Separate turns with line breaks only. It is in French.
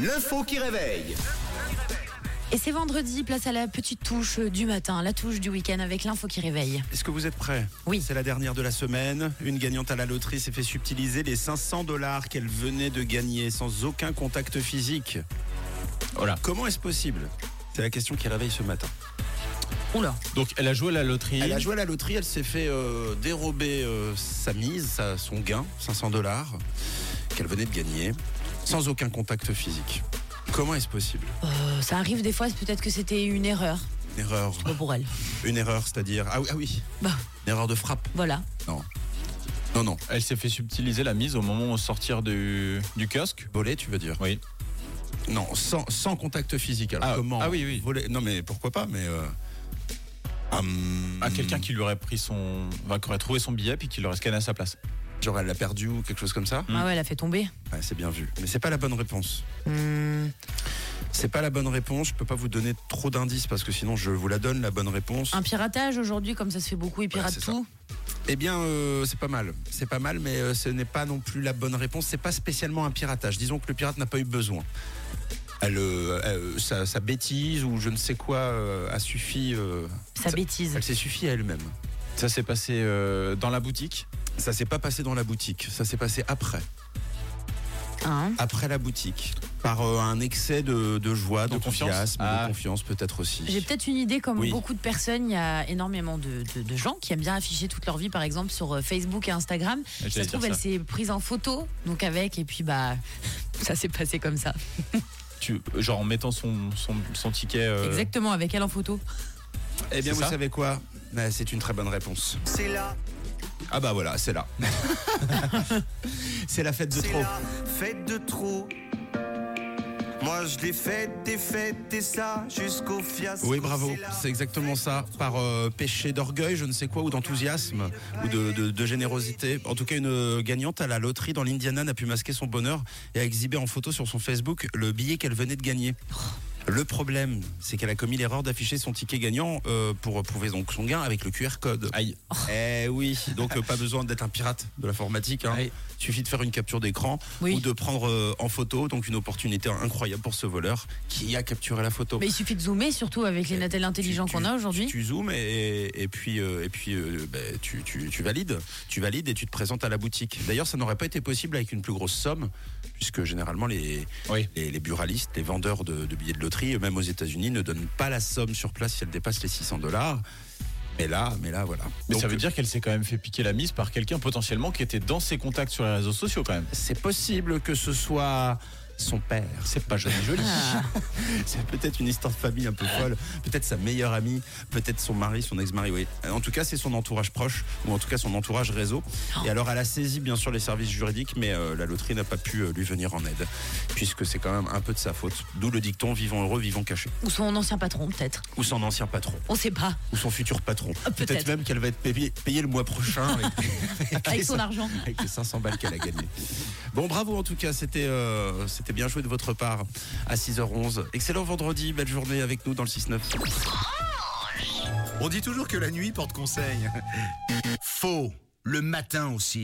L'info qui réveille.
Et c'est vendredi, place à la petite touche euh, du matin, la touche du week-end avec l'info qui réveille.
Est-ce que vous êtes prêts
Oui.
C'est la dernière de la semaine. Une gagnante à la loterie s'est fait subtiliser les 500 dollars qu'elle venait de gagner sans aucun contact physique.
Voilà.
Comment est-ce possible C'est la question qui réveille ce matin.
Oula,
Donc elle a joué à la loterie.
Elle a joué à la loterie, elle s'est fait euh, dérober euh, sa mise, sa- son gain, 500 dollars, qu'elle venait de gagner, sans aucun contact physique. Comment est-ce possible
euh, ça arrive des fois, c'est peut-être que c'était une erreur
Une erreur.
pas pour elle.
Une erreur, c'est-à-dire. Ah oui, ah oui.
Bah,
Une erreur de frappe.
voilà.
Non. Non, non.
Elle s'est fait subtiliser la mise au moment où sortir du, du kiosque.
Voler, tu veux dire
Oui.
Non, sans, sans contact physique. Alors
Ah,
comment
ah oui, oui.
voler Non, mais pourquoi pas Mais euh, hum,
Hmm.
À quelqu'un qui lui aurait pris son. Enfin, qui aurait trouvé son billet puis qui l'aurait scanné à sa place.
genre elle l'a perdu ou quelque chose comme ça.
Ah ouais, elle a fait tomber.
Mm.
Ouais, c'est bien vu. Mais c'est pas la bonne réponse.
Hmm,
C'est pas la bonne réponse. Je peux pas vous donner trop d'indices parce que sinon je vous la donne la bonne réponse.
Un piratage aujourd'hui, comme ça se fait beaucoup, ils
Voilà,
piratent
c'est ça.
tout.
Eh bien, euh, c'est pas mal. C'est pas mal, mais euh, ce n'est pas non plus la bonne réponse. C'est pas spécialement un piratage. Disons que le pirate n'a pas eu besoin. Elle, euh, euh, sa, sa bêtise ou je ne sais quoi euh, a suffi. euh,
Sa bêtise.
elle s'est suffi à elle-même.
Ça s'est passé euh, dans la boutique.
Ça s'est pas passé dans la boutique, ça s'est passé après,
Hein
après la boutique, par euh, un excès de, de joie, de,
De confiance
confiance,
Ah.
de confiance peut-être aussi.
J'ai peut-être une idée, comme
Oui.
beaucoup de personnes, il y a énormément de, de- de gens qui aiment bien afficher toute leur vie, par exemple, sur euh, Facebook et Instagram.
J'allais
Ça se
dire
trouve,
ça.
elle s'est prise en photo, donc avec, et puis bah, ça s'est passé comme ça.
Tu, genre en mettant son, son, son ticket. euh,
Exactement, avec elle en photo.
Eh bien,
C'est
vous
ça
savez quoi Mais C'est une très bonne réponse.
C'est la,
Ah bah voilà, c'est là. c'est la fête de
c'est
trop.
la fête de trop. Moi je l'ai faite, des fêtes et ça jusqu'au fiasco.
Oui, bravo.
C'est la
C'est exactement ça. Par euh, péché d'orgueil, je ne sais quoi, ou d'enthousiasme, ou de, de- de générosité. En tout cas, une euh, gagnante à la loterie dans l'Indiana n'a pu masquer son bonheur et a exhibé en photo sur son Facebook le billet qu'elle venait de gagner. Le problème, c'est qu'elle a commis l'erreur d'afficher son ticket gagnant euh, pour prouver donc son gain avec le QR code.
Aïe.
Eh oui, donc euh, pas besoin d'être un pirate de l'informatique. Hein.
Ouais.
Suffit de faire une capture d'écran
Oui.
ou de prendre euh, en photo, donc une opportunité incroyable pour ce voleur qui a capturé la photo.
Mais il suffit de zoomer, surtout avec les natels intelligents
Eh, tu-
qu'on a aujourd'hui.
Tu zoomes et, et puis, euh, et puis euh, bah, tu, tu- tu valides. Tu valides et tu te présentes à la boutique. D'ailleurs, ça n'aurait pas été possible avec une plus grosse somme, puisque généralement les,
Oui.
les, les buralistes, les vendeurs de, de billets de loterie, même aux États-Unis, ne donnent pas la somme sur place si elle dépasse les 600 dollars. Mais là, mais là, voilà.
Mais ça
Donc,
veut dire qu'elle s'est quand même fait piquer la mise par quelqu'un potentiellement qui était dans ses contacts sur les réseaux sociaux quand même.
c'est possible que ce soit son père.
C'est pas joli, joli.
Ah.
C'est peut-être une histoire de famille un peu folle, peut-être sa meilleure amie, peut-être son mari, son ex-mari, oui. En tout cas, c'est son entourage proche, ou en tout cas son entourage réseau. Et alors, elle a saisi bien sûr les services juridiques, mais euh, la loterie n'a pas pu euh, lui venir en aide, puisque c'est quand même un peu de sa faute. D'où le dicton vivant heureux, vivant caché.
Ou son ancien patron, peut-être.
Ou son ancien patron,
On sait pas.
ou son futur patron.
Ah, peut-être.
même qu'elle va être payée, payée le mois prochain avec, avec
Avec
les
son argent.
avec les 500 balles qu'elle a gagnées. Bon, bravo en tout cas, c'était euh, c'était bien joué de votre part à 6h11. Excellent vendredi, belle journée avec nous dans le 6-9.
On dit toujours que la nuit porte conseil. Faux. Le matin aussi.